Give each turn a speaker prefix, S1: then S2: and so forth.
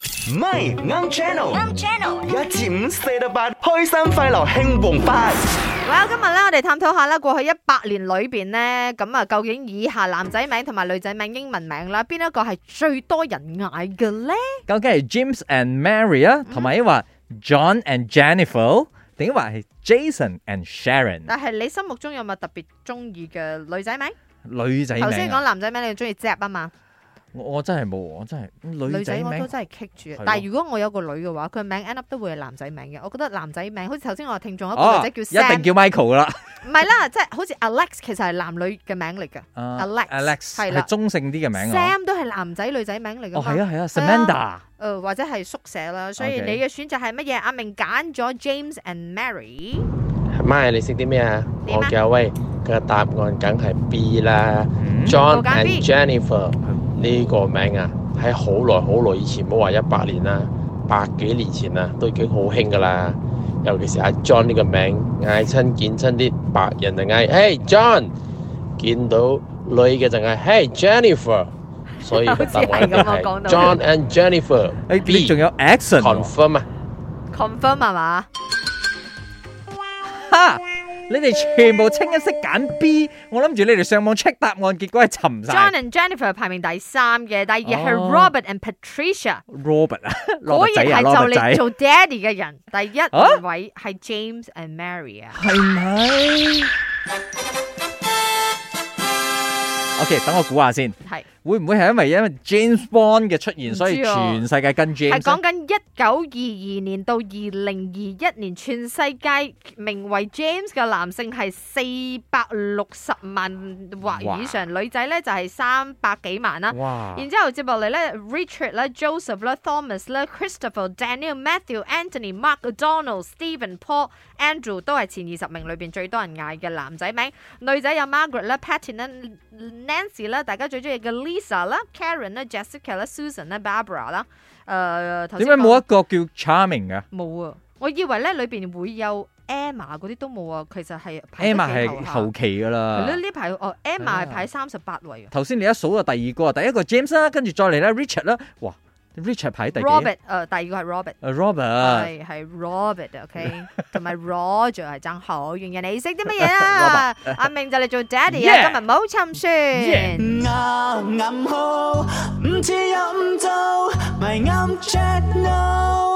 S1: 唔係啱 channel，
S2: 啱 channel
S1: 一至五四到八，開心快樂興旺八。
S3: 哇！今日咧，我哋探討下啦，過去一百年裏邊咧，咁啊，究竟以下男仔名同埋女仔名英文名啦，邊一個係最多人嗌嘅咧？
S4: 究竟係 James and Mary 啊，同埋抑或 John and Jennifer，定抑啊或係 Jason and Sharon
S3: 但係你心目中有冇特別中意嘅女仔名？
S4: 女仔
S3: 頭先
S4: 名
S3: 講
S4: 啊？
S3: 男仔名，你中意 Zap 啊嘛？
S4: 我我真係冇，我真係嗯女
S3: 女
S4: 仔
S3: 仔我都
S4: 名
S3: 真係棘
S4: 係
S3: 住
S4: 咯。
S3: 但係如果我有個女嘅話，佢名 end up 都會係男仔名嘅。我覺得男仔名，好似頭先我有聽眾一個
S4: 哦，
S3: 女仔
S4: 一
S3: 叫
S4: 定
S3: Sam，
S4: 叫 Michael 噶啦。
S3: 唔係啦，即係好似 Alex 其實係男女嘅名嚟嘅
S4: 啊
S3: Alex，
S4: Alex
S3: 係啦
S4: 係中性啲嘅名啊。
S3: ，Sam 都係男仔女仔名嚟嘅。
S4: 哦，係啊，係啊
S3: 係
S4: ，Samantha。
S3: 誒、呃或者係宿舍啦，所以
S4: OK
S3: 你嘅選擇係乜嘢？阿明揀咗 James and Mary，
S5: 咪你識啲咩啊？
S3: 點啊
S5: 我嘅喂嘅答案梗係 B 啦。
S4: 嗯
S5: John
S3: 我揀 B
S5: and Jennifer 呢個名啊，喺好耐好耐以前，唔好話一百年啦，百幾年前啊，都已經好興噶啦。尤其是阿 John 呢個名，嗌親見親啲白人就嗌，Hey John，見到女嘅就嗌，Hey Jennifer。所以個答案一定
S3: 好似係咁啊
S5: 係
S3: 講到
S5: John and Jennifer
S4: 你你
S5: B
S4: 仲有 action 喎
S5: confirm à. 啊！
S3: confirm 係嘛？
S4: 哈！你哋全部清一色揀 B，我諗住你哋上網 check 答案，結果係沉晒
S3: John and Jennifer 排名第三嘅，第二係
S4: 哦
S3: Robert and Patricia，
S4: Robert 啊，
S3: 果
S4: 羅伯仔
S3: 然
S4: 啊，
S3: 係
S4: 羅
S3: 就
S4: 伯
S3: 你
S4: 仔，
S3: 做 daddy 嘅人，第一
S4: 啊
S3: 位係 James and Mary 啊，
S4: 係咪？OK，等我估下先，
S3: 係
S4: 會唔會係因為因為 James Bond 嘅出現，
S3: 唔
S4: 所以
S3: 知啊
S4: 全世界跟
S3: 係
S4: James
S3: 講
S4: 啊？
S3: 緊一九二二年到二零二一年，全世界名為 James 嘅男性係四百六十萬或以上，女仔咧就係三百幾萬啦。
S4: 哇！
S3: 然之後接落嚟咧，Richard 啦、Joseph 啦、Thomas 啦、Christopher、Daniel、Matthew、Anthony、Mark、Donald、Stephen、Paul、Andrew 都係前二十名裏邊最多人嗌嘅男仔名，女仔有 Margaret 啦、Patty 啦、Nancy 啦，大家最中意嘅 Lisa 啦、Karen 啦、Jessica 啦、Susan 啦、Barbara 啦，誒頭
S4: 點
S3: 先
S4: 解冇一
S3: 講
S4: 個叫 Charming 嘅
S3: 冇啊？我以為咧裏邊會有 Emma 嗰啲都冇啊，其實係排得
S4: ？Emma
S3: 幾
S4: 係
S3: 下
S4: 後期噶
S3: 係咯
S4: 啦。
S3: 呢排哦 Emma 係排三十八位啊
S4: 頭先你一數就第二個啊，第一個 James 啦，跟住再嚟咧 Richard 啦，哇！Richard 排第幾
S3: ，Robert 誒第二個係 Robert。
S4: 啊？Robert。
S3: 係係 Robert，OK，同埋 Roger 係爭好遠嘅。你識啲乜嘢啊？阿明就嚟做 daddy 啊，今
S4: Yeah
S3: 日冇沉船
S4: Yeah。
S6: 啱啱好，唔似飲酒，咪啱 check no。